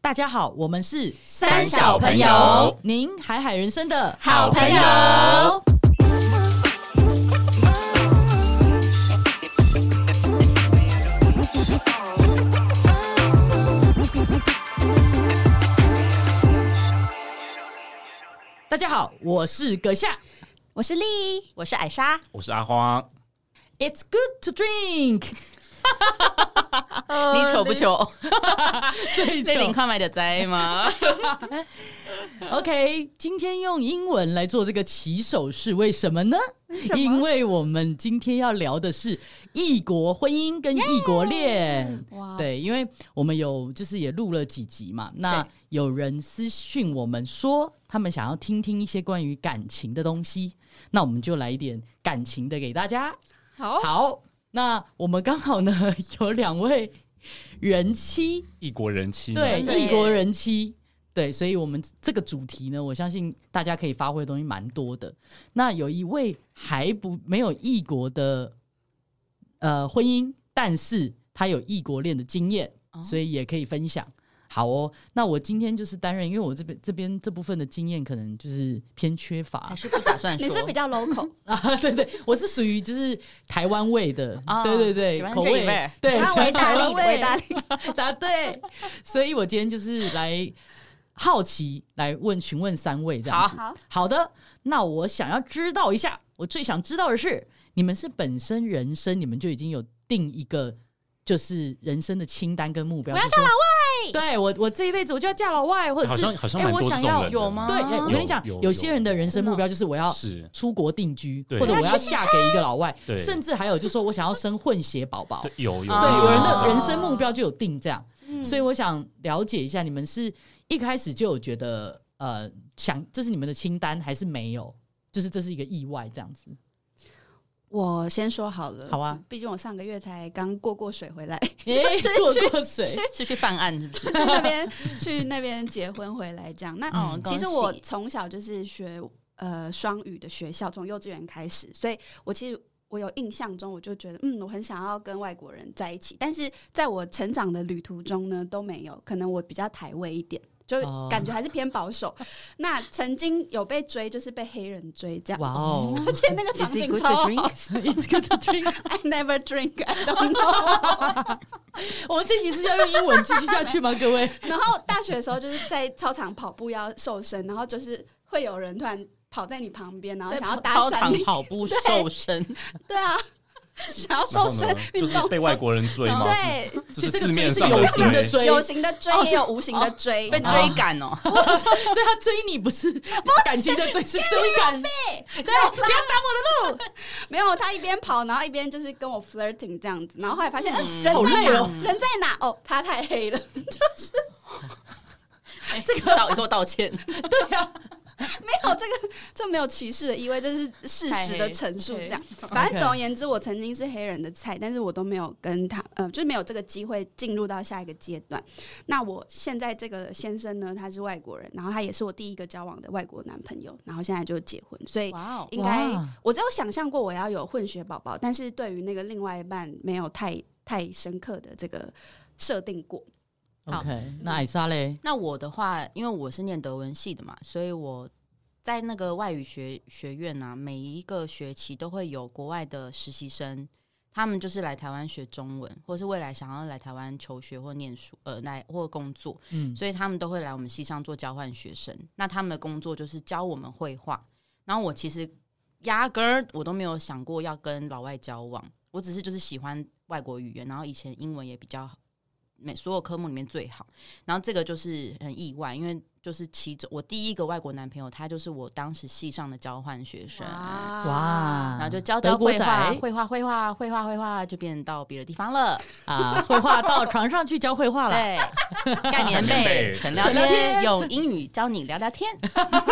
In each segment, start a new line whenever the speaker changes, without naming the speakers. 大家好，我们是
三小朋友，
您海海人生的
好朋友。
大家好，我是阁下。
我是丽，我是艾莎，
我是阿花，
It's good to drink，
你丑不丑？
最
这
近
零块买的灾 吗？
OK，今天用英文来做这个起手式，为什么呢？因为我们今天要聊的是异国婚姻跟异国恋。
哇
对，因为我们有就是也录了几集嘛，那
对
有人私讯我们说他们想要听听一些关于感情的东西，那我们就来一点感情的给大家。
好
好，那我们刚好呢有两位人妻，
异国人妻呢。
对，
真的
异
耶
国人妻。对，所以，我们这个主题呢，我相信大家可以发挥的东西蛮多的。那有一位还不没有异国的呃婚姻，但是他有异国恋的经验，
哦
所以也可以分享。好哦，那我今天就是担任，因为我这边这边这部分的经验可能就是偏缺乏
还是不打算说？
你是比较 local，
啊，对对，我是属于就是台湾味的，
哦
对对对
喜，欢
口
这一
味
味，
对，
他维达利，
喜欢
维达利，
答对，所以我今天就是来好奇来问询问三位这样子。
好，
好的，那我想要知道一下，我最想知道的是，你们是本身人生你们就已经有定一个就是人生的清单跟目标，我要嫁老外。对我，我这一辈子我就要嫁老外，或者
好
是
像好像
哎
蛮
我
多这
想
种
要
人的
有吗
对，哎我跟你
有
讲，
有
有些人的人生
真的
目
哦
标就是我要
是，
出国定居，
对
或者我要嫁给一个老外，
对
甚至还有就说我想要生混血宝宝。
对，有有
对，
啊
有人的
哦
人生目标就有定这样，
嗯
所以我想了解一下，你们是一开始就有觉得呃想这是你们的清单，还是没有？就是这是一个意外这样子。
我先说好了，
好 啊，
毕竟我上个月才刚过过水 回来，
诶，过过水，
是去犯案是不 是？
去那边去那边结婚回来这样。那
嗯
其实
恭
我
喜
从小就是学呃双语的学校，从幼稚园开始，所以我其实我有印象中，我就觉得嗯，我很想要跟外国人在一起，但是在我成长的旅途中呢，都没有，可能我比较台味一点。就
哦
感觉还是偏保守。那曾经有被追，就是被黑人追这样，
哇哦
而且那个场
Is it
景
good to
超好
drink？
，It's good to drink。
I never drink, I don't know。
我们这集是要用英文继续下去吗？各 位，
然后大学的时候就是在操场跑步要瘦身，然后就是会有人突然跑在你旁边，然后
在
想要搭
操
讪
场
你，
跑步瘦身，
对啊， 想要瘦身
然后呢
运
就是
动，
被外国人追吗？
对，
这
就这个
字
追
面
是
上
有形的
追，
追，
有
所
形的追也有无形的追，
被追赶 哦，
以他追你不是感情的追，是追赶。对，不
哦
要挡我的路。
没有他一边跑，然后一边就是跟我 flirting 这样子，然后后来发现，
嗯
嗯，人
好
在
累
哪？
哦
人在哪？哦，他太黑了，
这个道给我道 歉，
对啊呀，
没 有哦这个就没有歧视的意味，这是事实的陈述。这样， 反正总而言之，我曾经是黑人的菜，但是我都没有跟他，呃，就是没有这个机会进入到下一个阶段。那我现在这个先生呢，他是外国人，然后他也是我第一个交往的外国男朋友，然后现在就结婚，所以
哇哦，
应该
哇
我只有想象过我要有混血宝宝，但是对于那个另外一半没有太太深刻的这个设定过。
好
OK，那艾莎嘞？
那我的话，因为我是念德文系的嘛，所以我在那个外语学学院啊，每一个学期都会有国外的实习生，他们就是来台湾学中文，或是未来想要来台湾求学或念书，呃，来或工作，
嗯，
所以他们都会来我们系上做交换学生。那他们的工作就是教我们绘画。然后我其实压根儿我都没有想过要跟老外交往，我只是就是喜欢外国语言，然后以前英文也比较每所有科目里面最好。然后这个就是很意外，因为就是其中我第一个外国男朋友，他就是我当时系上的交换学生。
哇，
然后就教
德
教
国
绘画，
仔
绘画，绘画，绘画，绘画，就变到别的地方了。
啊，绘画到床上去教绘画了。
对， 盖棉
棉被
被，纯聊
纯聊
天，用英语教你聊聊 天。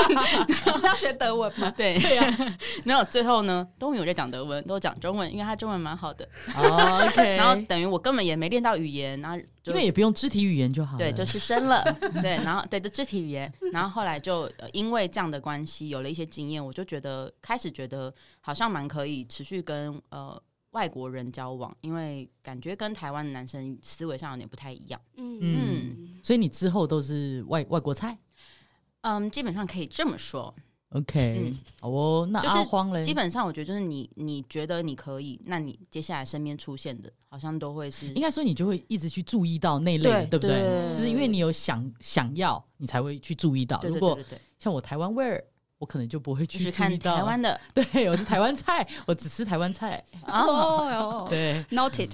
你是要学德文吗？
对，
对啊 呀
然后最后呢，都没有在讲德文，都讲中文，因为他中文蛮好的。
哦，OK，
然后等于我根本也没练到语言，然后就
因为也不用肢体语言就好了。
对，就失声了。 对，然后对，就肢体语言。然后后来就、呃因为这样的关系，有了一些经验，我就觉得开始觉得好像蛮可以持续跟呃外国人交往，因为感觉跟台湾的男生思维上有点不太一样。
嗯
嗯所以你之后都是外外国菜
嗯，基本上可以这么说，
，OK，、
嗯
好哦。那
就是
阿荒嘞，
基本上我觉得就是你你觉得你可以，那你接下来身边出现的，好像都会是
应该说你就会一直去注意到那类的，
对
不
对
就是因为你有想想要，你才会去注意到。
对对
如
对
果
对对，
像我台湾味儿，我可能就不会
就
去
是
注意
看
到。
台湾的
对，我是台湾菜，我只吃台湾菜。
哦哟
对，
，noted，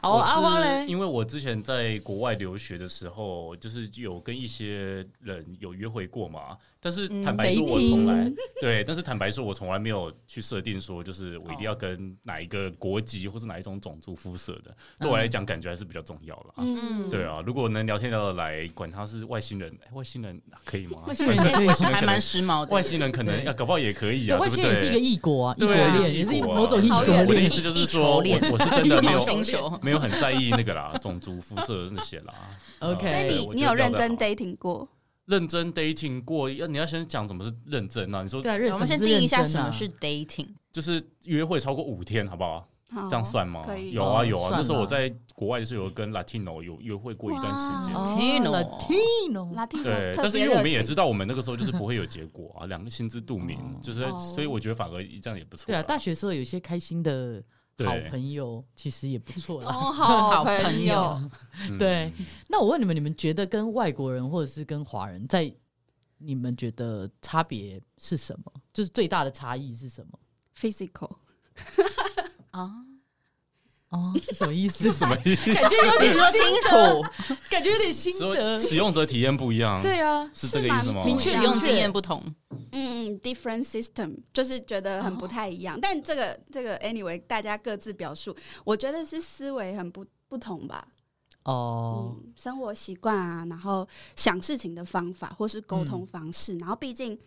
好，哦阿
我
荒
是
嘞，
因为我之前在国外留学的时候，就是有跟一些人有约会过嘛，但是
嗯
坦白说，我从来、
dating
对，但是坦白说，我从来没有去设定说，就是我一定要跟哪一个国籍或是哪一种种族肤色的，对我来讲，感觉还是比较重要啦。
嗯，
对啊，如果能聊天聊得来，管他是外星人，哎外星人可以吗？
外星人
反
也
正
可以
外星人
还
可
蛮
能，
时髦的，
外星人可能
对
要搞不好也可以
对，
啊，
外
对不
星人也是一个
对？
异国啊，异国
对啊，
恋，也是
异国啊
某种异
好
国
远
我的
恋
意。思就是
一
说，
球
我
恋
我是真的没
好
有
星球，
没有很在意那个啦， 种族肤色那些啦。
OK
所以
对
你
我
你
觉
有
得
认
聊得
真
好
dating 过？
认真 dating 过，要你要先讲什么是认真啊？你说
哦
对啊，认
我们
什
先
么是
定一下
认真
什
啊
么是 dating，
就是约会超过五天，好不好？
好
这样算吗
哦可？以
有啊有
哦
啊，
算
那时候我
啦
在国外的时候有跟 Latino 有约会过一段时间
哇。
哦 Latino，
Latino
对，
特
但是
别
因为我
热
们也
情
知道，我们那个时候就是不会有结果啊，两个心知肚明
哦，
就是
哦
所以我觉得反而这样也不错
对啊，
啦。
大学时候有一些开心的
对
好朋友，其实也不错啦。
哦， 好
好
朋
朋
友
友，
嗯
对那我问你们，你们觉得跟外国人或者是跟华人在你们觉得差别是什么？就是最大的差异是什么？
physical，
啊，
哦，是什么意思？什么？
感觉有点说清楚，
感觉有点心
所
得
以。使用者体验不一样，
对啊，
是这个意思吗？
明确
使用经验不同，
嗯，different system，就是觉得很不太一样。但这个这个 anyway，大家各自表述，我觉得是思维很不不同吧。
哦，
嗯，生活习惯啊，然后想事情的方法或是沟通方式，然后毕竟，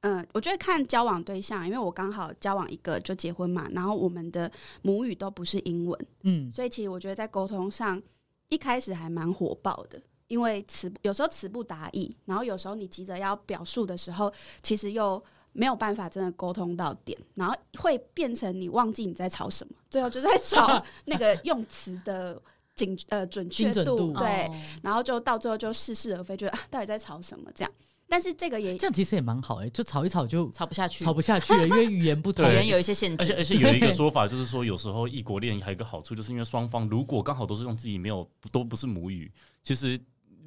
嗯、我觉得看交往对象，因为我刚好交往一个就结婚嘛，然后我们的母语都不是英文，
嗯，
所以其实我觉得在沟通上一开始还蛮火爆的，因为词不有时候词不达意，然后有时候你急着要表述的时候，其实又没有办法真的沟通到点，然后会变成你忘记你在吵什么，最后就在 吵那个用词的精呃准确
精准度
对，
哦，
然后就到最后就似是而非，觉得啊到底在吵什么这样。但是这个也
这样其实也蛮好哎，就吵一吵就
吵不下去
吵，不下去了，因为语言不同
语
对。
言有一些限
而且
制，
而且有一个说法，就是说有时候异国恋还有一个好处，就是因为双方如果刚好都是用自己没有都不是母语，其实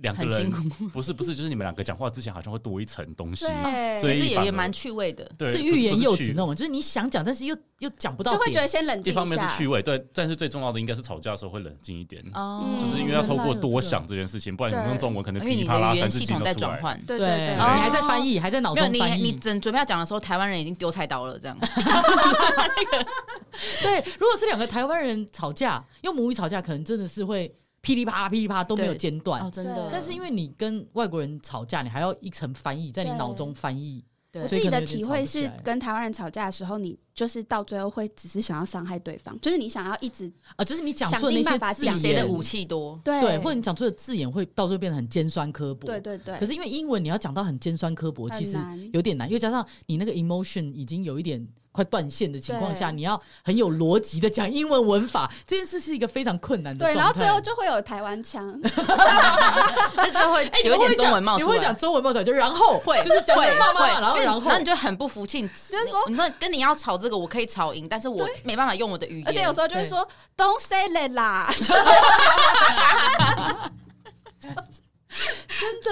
两个
很辛
人
苦，
不是不是，就是你们两个讲话之前好像会多一层东西，
对，
哦所
其
以
实也
反
也
而
蛮趣味的，
对，
是
不
欲言又
不是
止
趣
那种，就是你想讲，但是又又讲不到
就
点，
会觉得先冷静
一方面
下
是趣味，对，但是最重要的应该是吵架的时候会冷静一点，
哦，
就是因为要透过多想这件事情，不然你用中文可能
因
噼
为
里
你
啪
的
啦
语
三
言
字
系
经
统
都
在
出
转
来。
换，
对
对，
对
你
对，
哦
还在翻译，还在脑
没有
中
你
翻
你
译。
准准备要讲的时候，台湾人已经丢菜刀了，这样
对，如果是两个台湾人吵架，用母语吵架，可能真的是会噼里啪啦、噼里啪啦都没有
对
间断
哦，。真的
对，
但是因为你跟外国人吵架，你还要一层翻译，在你
对
脑中翻译。
我
对
自
所以
己
可能有
的
点
体
吵不
会
起
是
来，
跟台湾人吵架的时候，你就是到最后会只是想要伤害对方，就是你想要一直
啊，就是你讲出的那
想尽办法
些字
讲
眼，
讲谁的武器多，
对
对，或者你讲出的字眼会到最后变得很尖酸刻薄。
对对对，
可是因为英文你要讲到很尖酸刻薄，
很
其实
难
有点难，又加上你那个 emotion 已经有一点快断线的情况下，
对
你要很有逻辑的讲英文文法，这件事是一个非常困难的
对，然后
状态
最后就会有台湾腔，
这就会
哎，你
有一
会
点
讲
中文冒
你
出
会
来
讲。中文冒出来，就然后
会
就是讲
会
骂
会
骂，然后
因为
然后
那你就很不服气，
就是说
你说跟你要吵这个，我可以吵赢，但是我没办法用我的语言，
而且有时候就会
对
说 “Don't say it 啦
真的”，欸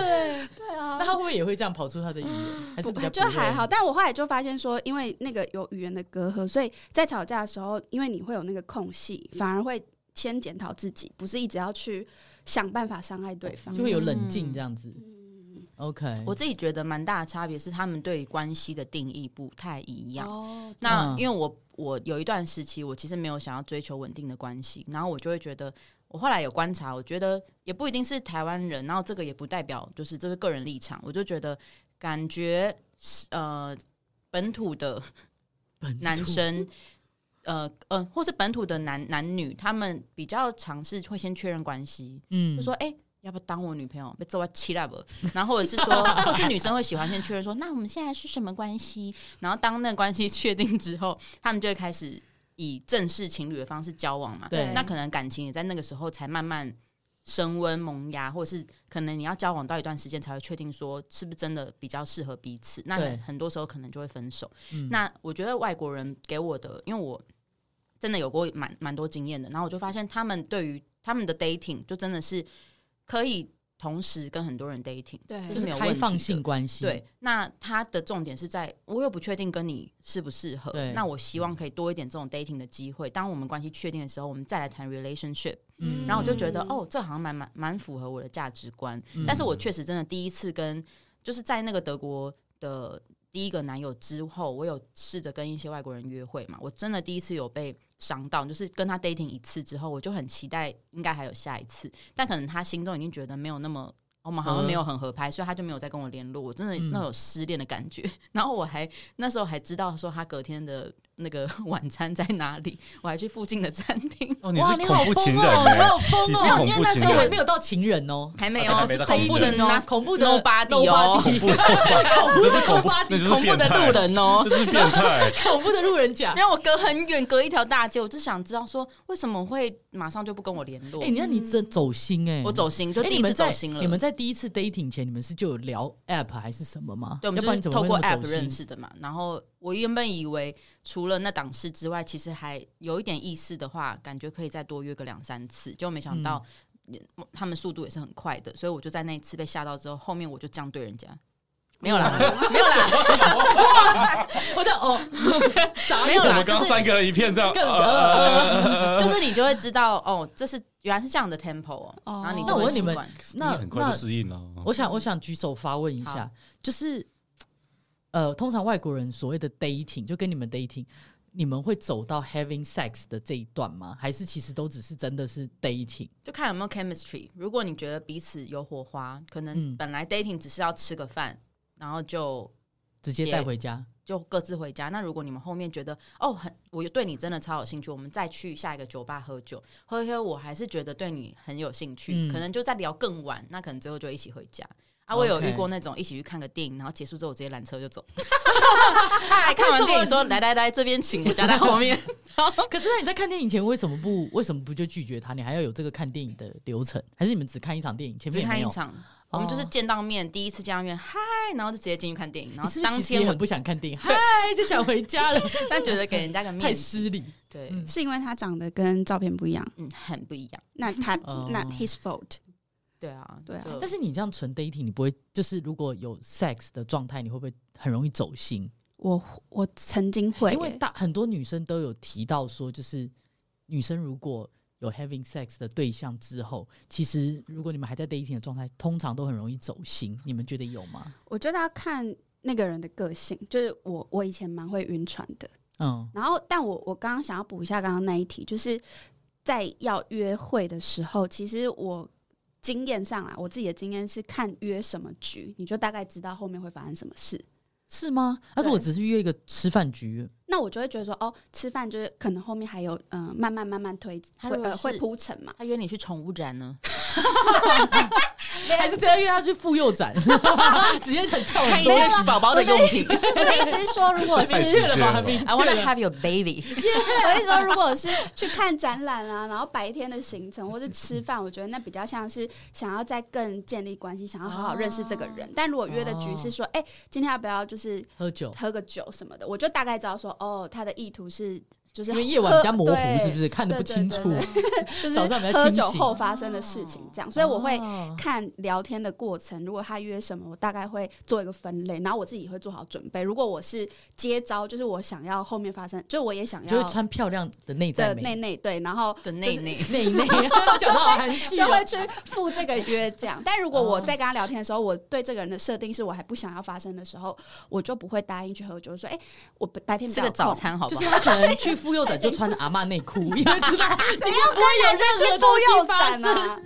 对啊
那他会不会也会这样跑出他的语言？还是
不
比较
就
不会
还好，但我后来就发现说，因为那个有语言的隔阂，所以在吵架的时候，因为你会有那个空隙，反而会先检讨自己，不是一直要去想办法伤害对方
就。会有冷静这样子。OK，
嗯我自己觉得蛮大的差别是他们对关系的定义不太一样。
哦，
那
嗯
因为我我有一段时期，我其实没有想要追求稳定的关系，然后我就会觉得，我后来有观察，我觉得也不一定是台湾人，然后这个也不代表就是这是个人立场，我就觉得感觉是呃本土的
本土
男生。呃呃，或是本土的男男女，他们比较尝试会先确认关系，
嗯
就说哎、欸要不要当我女朋友？被揍啊七 l 不？然后或者是 说，或是女生会喜欢先确认说，那我们现在是什么关系？然后当那个关系确定之后，他们就会开始以正式情侣的方式交往嘛。
对
那可能感情也在那个时候才慢慢升温萌芽，或者是可能你要交往到一段时间才会确定说是不是真的比较适合彼此。那
对
很多时候可能就会分手。
嗯
那我觉得外国人给我的，因为我真的有过蛮蛮多经验的，然后我就发现他们对于他们的 dating 就真的是可以同时跟很多人 dating，
对
这
就是是
没有问
开
题的
放性关系，
对，那它的重点是在我又不确定跟你适不适合
对，
那我希望可以多一点这种 dating 的机会。当我们关系确定的时候，我们再来谈 relationship。
嗯，
然后我就觉得，
嗯
哦，这好像蛮蛮蛮符合我的价值观。
嗯
但是我确实真的第一次跟，就是在那个德国的第一个男友之后，我有试着跟一些外国人约会嘛，我真的第一次有被伤到，就是跟他 dating 一次之后，我就很期待应该还有下一次，但可能他心中已经觉得没有那么。我们好像没有很合拍，所以他就没有再跟我联络。我真的
嗯
那有失恋的感觉，然后我还那时候还知道说他隔天的那个晚餐在哪里，我还去附近的餐厅，
哦，你
哇，
是
你
恐
好
怖情
疯
人
哦，你
欸
好疯
你
哦
是，
因
恐
为
怖
那
情
时候还
人
没，有到情人哦，
还没有
还没
是
到
恐怖的
情
哦
呢，
恐怖的
nobody 哦
nobody
这是恐怖，那就是
恐怖
变
的
态
路，人哦。
这是变态。
恐怖的路人甲
因。为我隔很远，隔一条大街，我就想知道说为什么会马上就不跟我联络
哎、。你那你真走心哎、
我走心，就
哎
第
你
一
们
次
在
走心了。
你们在第一次 dating 前，你们是就有聊 app 还是什么吗？
对，我们
要不然你
就是
怎么
透
会那
过
么
App
走心
认识的嘛。然后我原本以为除了那档事之外，其实还有一点意思的话，感觉可以再多约个两三次，就没想
嗯
到。他们速度也是很快的，所以我就在那一次被吓到之后，后面我就这样对人家，没有啦，没有啦，
我就哦，傻
没有
我
啦
们
就
刚刚
是
三个人一片这样，
更
就是你就会知道哦，这是原来是这样的 tempo 哦，
哦
然后你
那
就
我
会
问你
习
们
惯。
那
你很快
那
就适应了。
我想我想举手发问一下
好，
就是呃，通常外国人所谓的 dating 就跟你们 dating，你们会走到 having sex 的这一段吗？还是其实都只是真的是 dating？
就看有没有 chemistry。如果你觉得彼此有火花，可
嗯
能本来 dating 只是要吃个饭，然后就
直接
接
带回家，
就各自回家。那如果你们后面觉得哦，很我对你真的超有兴趣，我们再去下一个酒吧喝酒，喝一喝，我还是觉得对你很有兴趣，
嗯
可能就再聊更晚，那可能最后就一起回家。啊，我有
OK
遇过那种一起去看个电影，然后结束之后我直接拦车 就走。他还看完电影说：“来来来，这边请，我家在 后面。哦
可是那你在看电影前为什么不为什么不就拒绝他？你还要有这个看电影的流程，还是你们只看一场电影，”前
只
面也
看
没
一
有？
场，我们就是见到面，第一次见到面，嗨，然后就直接进去看电影，然
你
后
是不是
当
其实
天
也
我
很不想看电影，嗨，就想回家了，
但觉得给人家个
太
面子，
失礼。
对，
嗯
是因为他长得跟照片不一样，
嗯，很不一样，
那他
嗯
哦
那 his fault。
对啊，
对啊
就
但是你这样纯 dating，你不会就是如果有 sex 的状态，你会不会很容易走心？
我我曾经会耶，
因为大很多女生都有提到说，就是女生如果有 having sex 的对象之后，其实如果你们还在 dating 的状态，通常都很容易走心。你们觉得有吗？
我觉得要看那个人的个性，就是我我以前蛮会晕船的，
嗯，
然后但我我刚刚想要补一下刚刚那一题，就是在要约会的时候，其实我经验上来，我自己的经验是看约什么局，你就大概知道后面会发生什么事。
是吗？那、
对
如果只是约一个吃饭局，
那我就会觉得说，哦，吃饭就是可能后面还有，嗯、慢慢慢慢推，
他
推
如果
呃
是
会铺陈嘛，
他约你去宠物展呢，
还是直接约她去妇幼展， 直接很跳
看
很
一
多。
啊
些宝宝的用品。
我 的意思是说，如果是，
明确了吧？很明
I wanna
啊
确了。
have your baby。
我是说，如果是去看展览啊，然后白天的行程或是吃饭，我觉得那比较像是想要再更建立关系，想要好好认识这个
哦
人。但如果约的局是说，哎、今天要不要就是
喝酒，
喝个酒什么的，我就大概知道说，哦，他的意图是就是
因为夜晚比较模糊，
对
是不是看得
对
不
对
清
对
楚？
就是
早上比较
喝
清
酒
醒
后发生的事情这样，所以我会
哦
看聊天的过程，如果他约什么，我大概会做一个分类，然后我自己会做好准备。如果我是接招，就是我想要后面发生，就我也想
你就
要
会穿漂亮的内在
的
美
内内对，然后
的内内，
内内，讲的好含蓄
就
哦。
会去赴这个约这样。但如果我在跟他聊天的时候，我对这个人的设定是我还不想要发生的时候，我就不会答应去喝酒，我说哎、我白天
吃
比较
个
有
早
空。
餐好不
就
好
是？他可能去妇幼展就穿着阿嬷内裤，因为知道今
啊
天不会有任何
去
东
妇
西
幼
发
展
生，
啊，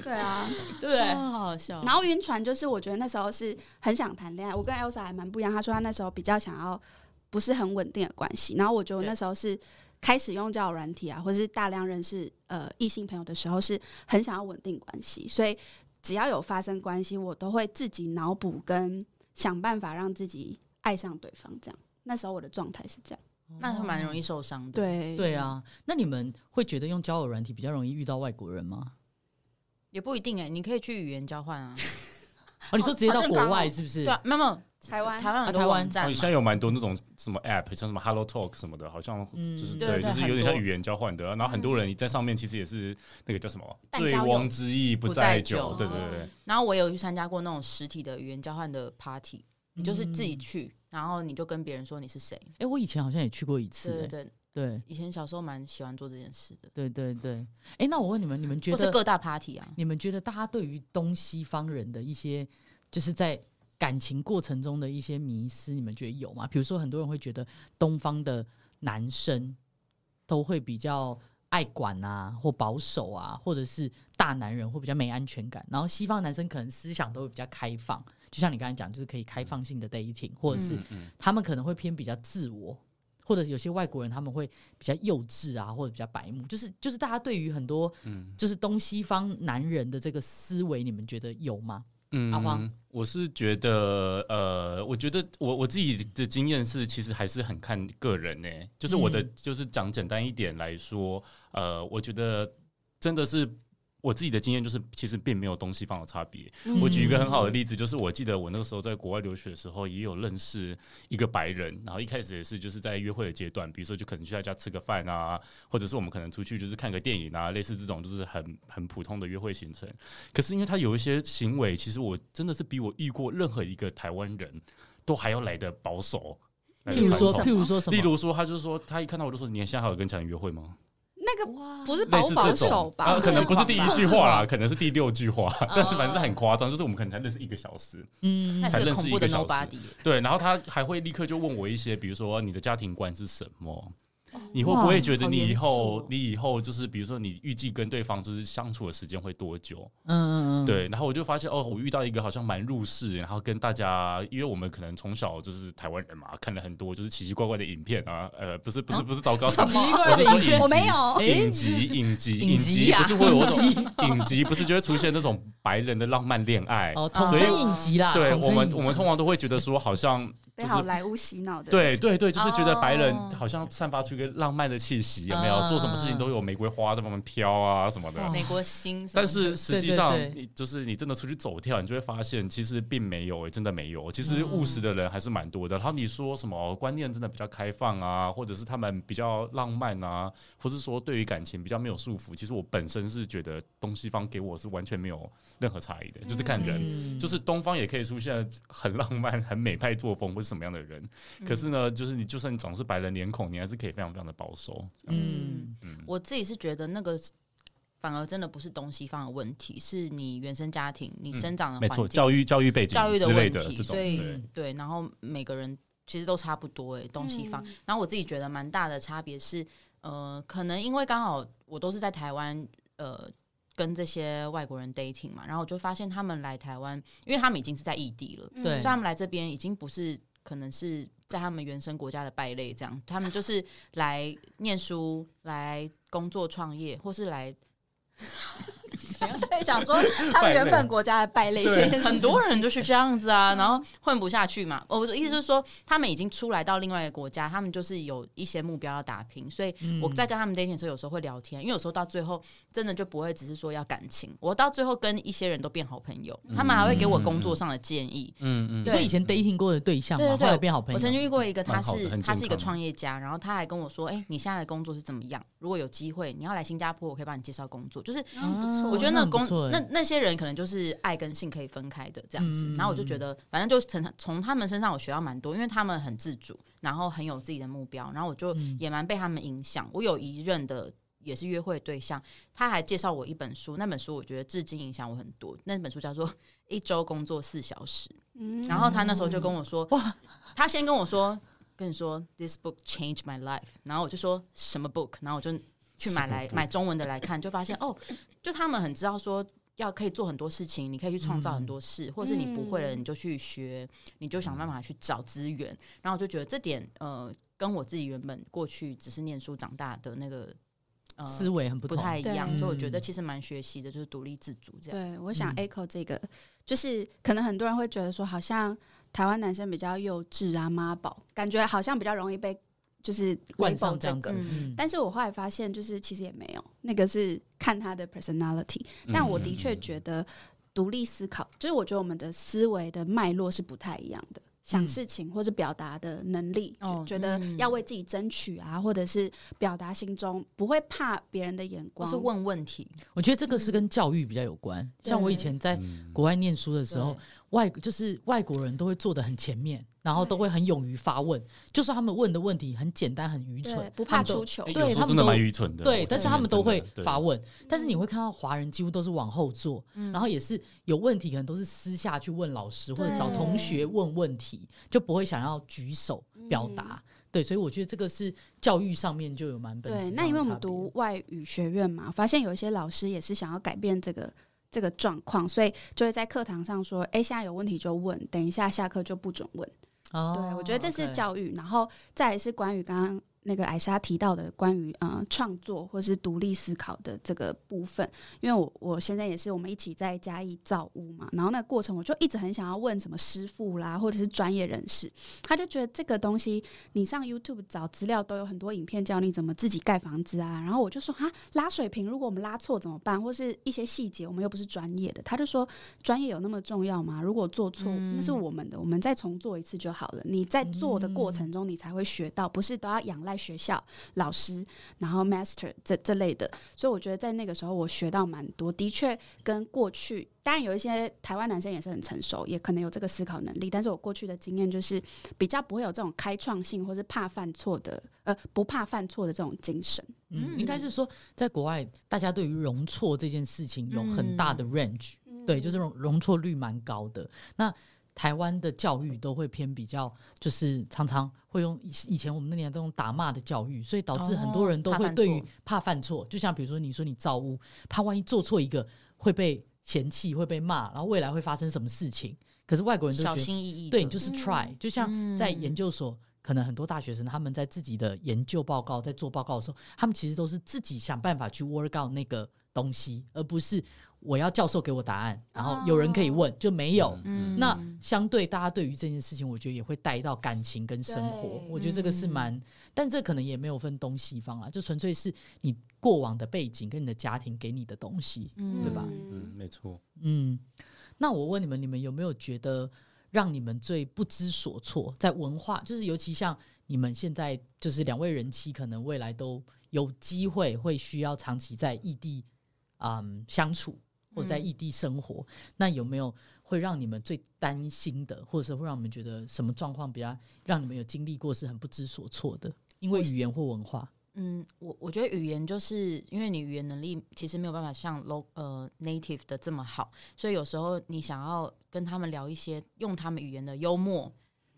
对啊，
对不对？
哦好好笑
嗯
然。后晕船就是我觉得那时候是很想谈恋爱，我跟 Elsa 还蛮不一样。她说她那时候比较想要不是很稳定的关系，然后我觉得我那时候是开始用交友软体啊，或是大量认识呃异性朋友的时候，是很想要稳定关系，所以只要有发生关系，我都会自己脑补跟想办法让自己爱上对方。这样，那时候我的状态是这样。
那会蛮容易受伤的。，
对
对，啊，那你们会觉得用交友软体比较容易遇到外国人吗？
也不一定哎、你可以去语言交换啊，
哦，你说直接到
好正
国
常哦
外是不是？
对啊，没有没有，
台湾
台湾很
啊台
多
湾
网
哦
站嘛
现在有蛮多那种什么 app，像什么 Hello Talk 什么的，好像
嗯
就是
对
对，
对
就是
很
有点
多
像语言交换的。然后很多人在上面其实也是那个叫什么“
但
醉
交友
翁之意不
不在
在
酒
酒”，对对对，
然后我也有去参加过那种实体的语言交换的 party，你就是自己
嗯
去，然后你就跟别人说你是谁。
哎、我以前好像也去过一次、
对
欸，
对对，
对
以前小时候蛮喜欢做这件事的，
对对对。哎、那我问你们，你们觉
或是
得
各大 party 啊。
你们觉得大家对于东西方人的一些，就是在感情过程中的一些迷失，你们觉得有吗？比如说，很多人会觉得东方的男生都会比较爱管啊，或保守啊，或者是大男人会比较没安全感，然后西方男生可能思想都会比较开放，就像你刚才讲，就是可以开放性的 dating，或者是
嗯嗯，
他们可能会偏比较自我，或者有些外国人他们会比较幼稚啊，或者比较白目，就是就是大家对于很多
嗯
就是东西方男人的这个思维，你们觉得有吗？
嗯
阿荒，
我是觉得，呃，我觉得我我自己的经验是，其实还是很看个人呢、就是我的，
嗯
就是讲简单一点来说，呃，我觉得真的是我自己的经验，就是其实并没有东西方的差别。
嗯
我举一个很好的例子，就是我记得我那个时候在国外留学的时候，也有认识一个白人，然后一开始也是就是在约会的阶段，比如说就可能去他家吃个饭啊，或者是我们可能出去就是看个电影啊，类似这种就是很很普通的约会行程。可是因为他有一些行为，其实我真的是比我遇过任何一个台湾人都还要来的保守，来
嗯譬
得
如
传
说，
统
譬如说什么？
例如说，他就说，他一看到我就说，你现在还有跟其他人约会吗？
那个
哇，
不是保
类似
保
这
守
种，
吧？
呃可能不是第一句
控制
话
狂
啦，可能是第六句话，但是反正是很夸张，
嗯
就是我们可能才认识一个小时，
嗯
那
才
是个
认识
恐
一
怖
个
的
小时
nobody，耶啊
对，然后他还会立刻就问我一些，比如说你的家庭观是什么。
哦
你会不会觉得
哇好
你以
严肃
后，
哦
你以后就是比如说你预计跟对方就是相处的时间会多久？
嗯嗯嗯，
对，然后我就发现哦，我遇到一个好像蛮入世，然后跟大家，因为我们可能从小就是台湾人嘛，看了很多就是奇奇怪怪的影片啊，呃，不是不是不是糟糕，
什么奇怪
我
的
是说
影片
影
我
集
没有
影集影集
影
影
集
集
啊
不是会有那种影集，不是就会出现那种白人的浪漫恋爱，
哦，统
所以
称影集啦，
对
统
我
称
们
影
我们
集
通常都会觉得说好 像
被
就是
好莱坞洗脑的，，
对对对，就是觉得白人
哦
好像散发出一个浪漫的气息，有没
嗯
有？做什么事情都有玫瑰花在旁边飘啊什么的。
哦
美国新什么的，
但是实际上
对对，对
你就是你真的出去走跳，你就会发现其实并没有、欸真的没有。其实务实
嗯
的人还是蛮多的。然后你说什么哦观念真的比较开放啊，或者是他们比较浪漫啊，或是说对于感情比较没有束缚，其实我本身是觉得东西方给我是完全没有任何差异的，就是看人。
嗯
就是东方也可以出现 很浪漫、很美派作风或是什么样的人，
嗯
可是呢，就是你就算你长得是白人脸孔，你还是可以非常非常的保守。
嗯
嗯，
我自己是觉得那个反而真的不是东西方的问题，是你原生家庭、你生长的
嗯没
嗯环境、
错，教育教育背景
教育
之类
问
的
题，
这种，
所以
对，
对，然后每个人其实都差不多诶、东西方。
嗯
然后我自己觉得蛮大的差别是，呃，可能因为刚好我都是在台湾，呃。跟这些外国人 dating 嘛，然后我就发现他们来台湾，因为他们已经是在异地了，
嗯
对
所以他们来这边已经不是可能是在他们原生国家的败类这样，他们就是来念书、来工作、创业，或是来
所以想说他们原本国家的败类，
对
这件事
很多人就是这样子啊，然后混不下去嘛。哦我的意思是说，他们已经出来到另外一个国家，他们就是有一些目标要打拼，所以
嗯
我在跟他们 dating 的时候，有时候会聊天，因为有时候到最后真的就不会只是说要感情，我到最后跟一些人都变好朋友，他们还会给我工
嗯
作上的建议，
嗯嗯
所以以前 dating 过的对象嘛，
对对对
后来变好朋友，
我曾经遇过一个，他
蛮好的
是
很健
他是一个
康
创业家，然后他还跟我说：“哎、你现在的工作是怎么样？如果有机会，你要来新加坡，我可以帮你介绍工作。”就是
嗯不错
我觉得
那
那个
很不
工、
错欸
那那些人可能就是爱跟性可以分开的这样子。
嗯
然后我就觉得，反正就从从他们身上我学到蛮多，因为他们很自主，然后很有自己的目标，然后我就
嗯
也蛮被他们影响。我有一任的。也是约会对象，他还介绍我一本书，那本书我觉得至今影响我很多。那本书叫做《一周工作四小时》，
嗯
然后他那时候就跟我说，哇，他先跟我说，跟你说，this book changed my life，然后我就说什么 book，然后我就去买来买中文的来看，就发现哦，就他们很知道说。要可以做很多事情，你可以去创造很多事，或是你不会
嗯
了，你就去学，你就想办法去找资源。然后我就觉得这点，呃，跟我自己原本过去只是念书长大的那个呃
思维很不
不
同，
太一样，
对
所以我觉得其实蛮学习的，就是独立自主这样。
对，我想
嗯
echo 这个，就是可能很多人会觉得说，好像台湾男生比较幼稚啊，妈宝，感觉好像比较容易被就是
冠
label
上这
这
样子
个。
嗯
但是我后来发现，就是其实也没有，那个是看他的 personality。但
嗯
嗯
我的确觉得独立思考，就是我觉得我们的思维的脉络是不太一样的，
嗯
想事情或是表达的能力，
哦
就觉得
嗯
要为自己争取啊，或者是表达心中不会怕别人的眼
我
光。
是问问题，
我觉得这个是跟教育比较有关。
对
像我以前在
嗯
国外念书的时候
对，
外就是外国人都会坐得很前面，然后都会很勇于发问，就算他们问的问题很简单、很愚
对
蠢，，
不怕
他们都
出糗
哎，
对
有时
他
候
们
真的
都
蛮愚蠢的，
对，
我
但是
承
他
认
们都
真的
会
对
发问，但是你会看到华人几乎都是往后坐，
嗯
然后也是有问题，可能都是私下去问老师或者找同学问问题，就不会想要举手
嗯
表达。对，所以我觉得这个是教育上面就有蛮本质
对，
上的
那因为我
差
们
别
读外语学院嘛，发现有一些老师也是想要改变这个这个状况，所以就会在课堂上说：“哎、现在有问题就问，等一下下课就不准问。
哦
对，我觉得这是
OK
教育，然后再来是关于刚刚那个艾莎提到的关于呃创作或是独立思考的这个部分，因为我我现在也是我们一起在嘉义造屋嘛，然后那个过程我就一直很想要问什么师傅啦，或者是专业人士，他就觉得这个东西你上 YouTube 找资料都有很多影片教你怎么自己盖房子啊，然后我就说啊拉水平，如果我们拉错怎么办，或是一些细节我们又不是专业的，他就说专业有那么重要吗？如果做错、
嗯
那是我们的，我们再重做一次就好了。你在做的
嗯
过程中，你才会学到，不是都要仰赖学校、老师，然后 master 这这类的。所以我觉得在那个时候，我学到蛮多，的确跟过去，当然有一些台湾男生也是很成熟，也可能有这个思考能力，但是我过去的经验就是比较不会有这种开创性，或是怕犯错的，呃，不怕犯错的这种精神。
嗯，应该是说在国外，大家对于容错这件事情有很大
嗯
的 range，、对，
嗯
就是容容错率蛮高的。那台湾的教育都会偏比较，就是常常会用以以前我们那年代都用打骂的教育，所以导致很多人都
哦怕
会
犯
对
错
于怕犯错，就像比如说你说你造屋，怕万一做错一个会被嫌弃、会被骂，然后未来会发生什么事情。可是外国人都觉
小
得
心翼翼的，
对你就是
嗯
try，、就像在
嗯
研究所，可能很多大学生他们在自己的研究报告在做报告的时候，他们其实都是自己想办法去 work out 那个东西，而不是我要教授给我答案，然后有人可以问，就没有。
哦嗯
那相对大家对于这件事情，我觉得也会带到感情跟生活
对，
我觉得这个
嗯
是蛮，但这可能也没有分东西方啦，啊就纯粹是你过往的背景跟你的家庭给你的东西。
嗯
对吧
嗯，没错。
嗯，那我问你们，你们有没有觉得让你们最不知所措？在文化，就是尤其像你们现在，就是两位人妻，可能未来都有机会会需要长期在异地，嗯，相处或者在
嗯
异地生活，那有没有会让你们最担心的，或者是会让你们觉得什么状况比较让你们有经历过是很不知所措的？因为
我是
语言或文化，
嗯，我我觉得语言就是因为你语言能力其实没有办法像 lo 呃 native 的这么好，所以有时候你想要跟他们聊一些用他们语言的幽默，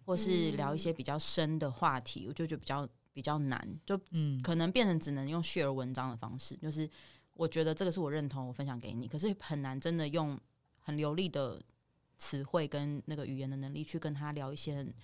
或是
嗯
聊一些比较深的话题，我就觉得比较比较难，就
嗯，
可能变成只能用 share 文章的方式，就是我觉得这个是我认同，我分享给你，可是很难真的用很流利的词汇跟那个语言的能力去跟他聊一些很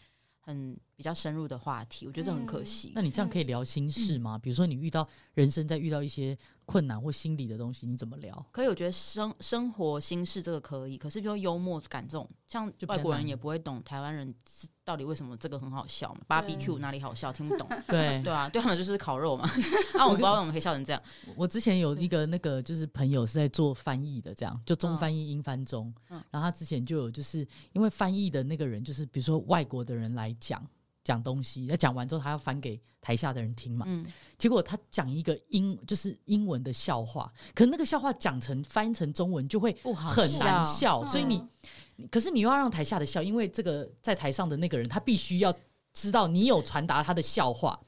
很比较深入的话题，我觉得这很可
嗯
惜。
那你这样可以聊心事
嗯
吗？比如说你遇到人生在遇到一些困难或心理的东西，你怎么 聊？
可以，我觉得生生活心事这个可以，可是比如说幽默感这种，像
就比较
外国
难
人也不会懂台湾人是到底为什么这个很好笑嘛，barbecue 哪里好笑听不懂，
对，
对啊，对他们就是烤肉嘛， 啊，我们不知道我们可以笑成这样，
我之前有一个那个就是朋友是在做翻译的，这样就中翻译、英翻中，
嗯
然后他之前就有就是因为翻译的那个人就是比如说外国的人来讲讲东西，他讲完之后他要翻给台下的人听嘛，
嗯，
结果他讲一个英就是英文的笑话，可那个笑话讲成翻成中文就会
不好
很难
笑，
笑，所以
嗯
你可是你又要让台下的笑，因为这个在台上的那个人他必须要知道你有传达他的笑话，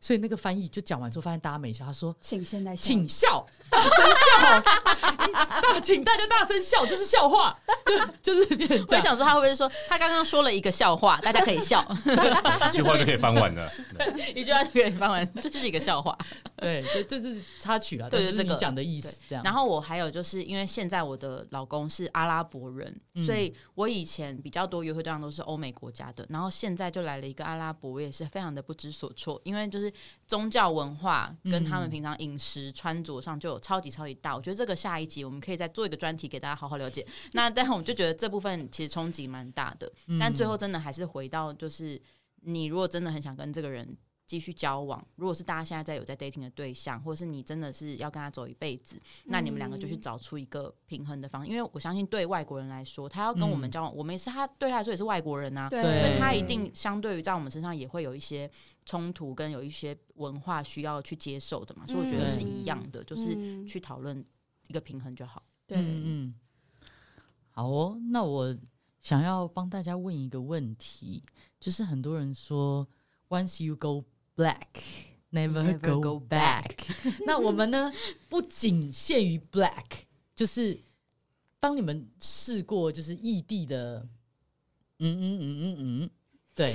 所以那个翻译就讲完之后发现大家没笑，他说
请现在
请笑，大声笑，大请大家大声笑，这是笑话，就就是变成
我
这
也
样。
想说他会不会说他刚刚说了一个笑话，大家可以 笑，
一句话就可以翻碗了。对
一句话就可以翻完，这就是一个笑话。
对，这这是插曲了，
对
但
对
就是
这
你
个
讲的意思这样。
然后我还有就是因为现在我的老公是阿拉伯人，
嗯
所以我以前比较多约会对象都是欧美国家的，然后现在就来了一个阿拉伯，我也是非常的不知所措，因为就是宗教文化跟他
嗯
们平常饮食穿着上就有超级超级大。我觉得这个下一集我们可以再做一个专题给大家好好了解。那但我们就觉得这部分其实
嗯
冲
嗯
击蛮大的，但最后真的还是回到就是你如果真的很想跟这个人。继续交往。如果是大家现在在有在 dating 的对象，或者是你真的是要跟他走一辈子，那你们两个就
嗯
去找出一个平衡的方式。因为我相信对外国人来说，他要跟我们交往，我们也是他对他来说也是外国人啊，
嗯对，
所
所以他一定相对于在我们身上也会有一些冲突，跟有一些文化需要去接受的嘛。所以我觉得是一样的，就是
嗯
去讨论一个平衡 就好。
对，
嗯嗯，好哦，那我想要帮大家问一个问题，就是很多人说 “Once you go black, never go
Never go
back”，那 我们呢不仅限于 black，就是当你们试过就是异地的，嗯嗯嗯嗯嗯，对，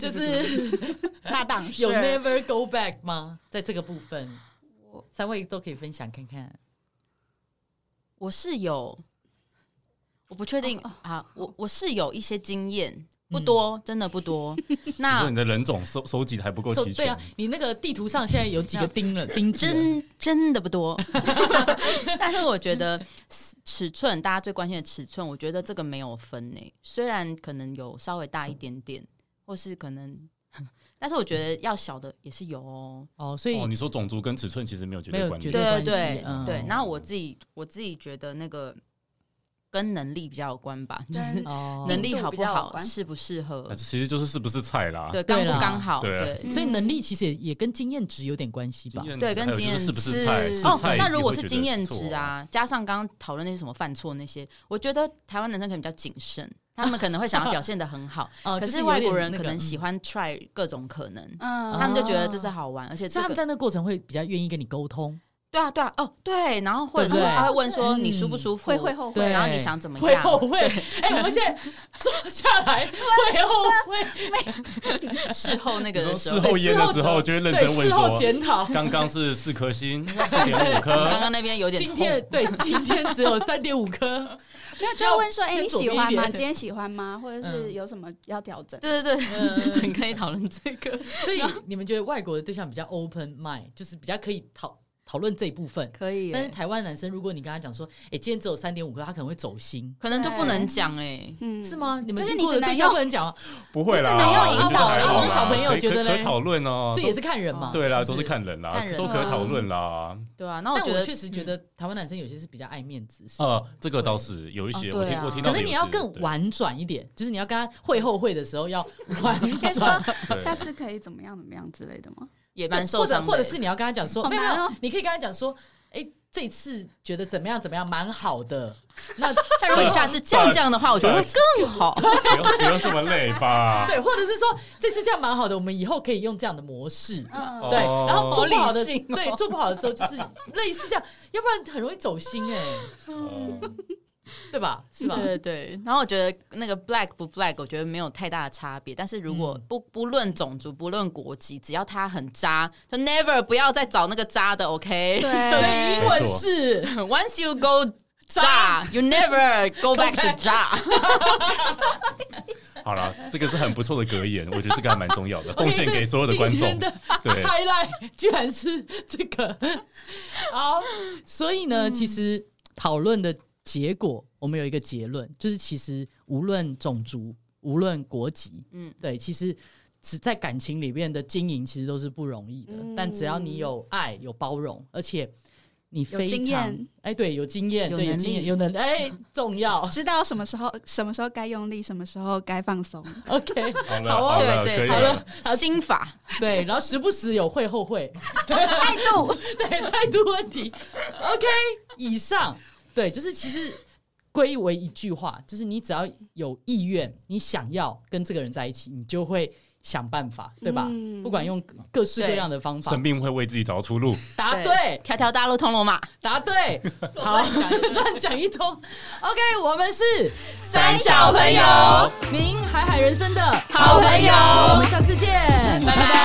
就是
那当
有
是
never go back 吗？在这个部分，三位都可以分享看看。
我是有，我不确定啊，我我是有一些经验，不多，真的不多。
你说
那
你的人种收收集的还不够
说
齐
对
全
啊，，你那个地图上现在有几个钉 了？钉子了啊
真真的不多， 但是我觉得尺寸，大家最关心的尺寸，我觉得这个没有分诶、虽然可能有稍微大一点点，或是可能， 但是我觉得要小的也是有哦。
哦，所以
哦，你说种族跟尺寸其实没有绝
没
对
有
关
绝
联，
关
对
系
对
嗯
对，然后我自己我自己觉得那个跟能力比较有关吧，就是
对
哦
能力好
比
不
较有
好，
关
适不适合
但，是其实就是是不是菜啦，
对，刚不
对啦嗯
刚好，
啊对啊
对。
所以能力其实也也跟经验值有点关系吧
经。验值
对跟
还有就是
经验
是不
值
是菜？
哦
哦
是菜，
那如
你
果
会
是
觉
经
得
验
不错
值，啊，加上刚刚讨论那些什么犯错那些，我觉得台湾男生可能比较谨慎，他们可能会想要表现的很好，
哦，
可
就是有
外
点
国人
那
可
个
能
嗯哦
喜欢 try 各种可能，
嗯
他们就觉得这是好玩，而且
所
这
以他们
个
在那过程会比较愿意跟你沟通，
对啊对啊哦对，然后或者
对
是
不对
他会问说你舒不
嗯
舒服，
会会后
对
悔，
然后你想怎么
会
样？
后悔。 哎，我们现在坐下 来会后悔，
事后那
你
个
说
的时候，
事
你
后烟的时候就会认真
对
问
事后
说，
检讨。
刚刚是四颗星，四点五
刚
颗，
刚那边有点
今
痛
天 对今天只有三点五颗，
没有就会问说，哎，
偏
你
左
喜
边一
欢吗？
点
今天喜欢吗？或者
嗯
是有什么要调整？
对对对，
嗯
你可以讨论这个，
所以你们觉得外国的对象比较 open mind，就是比较可以讨讨论这一部分。
可以
但是台湾男生，如果你跟他讲说，哎，今天只有三点五颗，他可能会走心，
可能就不能讲哎，
嗯
是？吗？你们
就是
遇
你
过的
只能
对象
用
不能讲啊，
不会啦，
真的要
我
引
觉得
导
还
啦
好
因为
啦
小朋友
可以
觉得
可以
嘞
可讨论哦，
所以也是看人嘛。
对啦，
不
都是看人啦
看，人
都可以讨论啦。
对啊，那
但
哦
我觉
我
得
确实觉
嗯
得台湾男生有些是比较爱面子，是
呃，这个倒是有一些，
哦
我
对
听
啊
我听
可
到
能
的有
你
些
要更，婉转一点，就是你要跟他会后会的时候要婉
先说
转，
对
下次可以怎么样怎么样之类的吗？
也蛮
或
受
者
伤的欸，
或者是你要跟他讲说，
好
没有，
难
没有
哦
你可以跟他讲说，哎，这次觉得怎么样怎么样，蛮好的。那
但如果你下次这样这样的话，我觉得会更好。
不用不用这么累吧？
对，或者是说这次这样蛮好的，我们以后可以用这样的模式。
嗯，
对，
哦
然后做不好
好
的，
理性哦
对，做不好的时候就是类似这样，要不然很容易走心哎、
嗯
对吧？是吧？
对对对。然后我觉得那个 black 不 black，我觉得没有太大的差别。但是如果
嗯
不不论种族，不论国籍，只要他很渣，就 never 不要再找那个渣的，OK？
所
对
以英文是
Once you go 渣，you never go back to 渣。
好了，这个是很不错的格言，我觉得这个还蛮重要 的，
OK，
奉献
这
给
个
所有的观
今天
众。
的
对
highlight 居然是这个，好，所以呢，嗯其实讨论的结果，我们有一个结论，就是其实无论种族，无论国籍，嗯
嗯，
对，其实只在感情里面的经营，其实都是不容易的。但只要你有爱，有包容，而且你非
经
常
验
哎，对，有经验，
有
对，有
能
经验，
力
有能哎，重 要
知道什么时候什么时候该用力，什么时候该放松。
，OK，
好了，
好哦
好了，
对对
可以
好
了
了。心法
对，然后时不时有会后会。
态度，
对态度问题。OK，以上对，就是其实归为一句话，就是你只要有意愿，你想要跟这个人在一起，你就会想办法，对吧？
嗯
不管用各式各样的方法
生，命会为自己找出 路。
答对，
条条大路通罗马。
答对，好， 乱讲一通。OK，我们是
三小朋友，
您海海人生的
好朋友
我们下次见，
拜拜。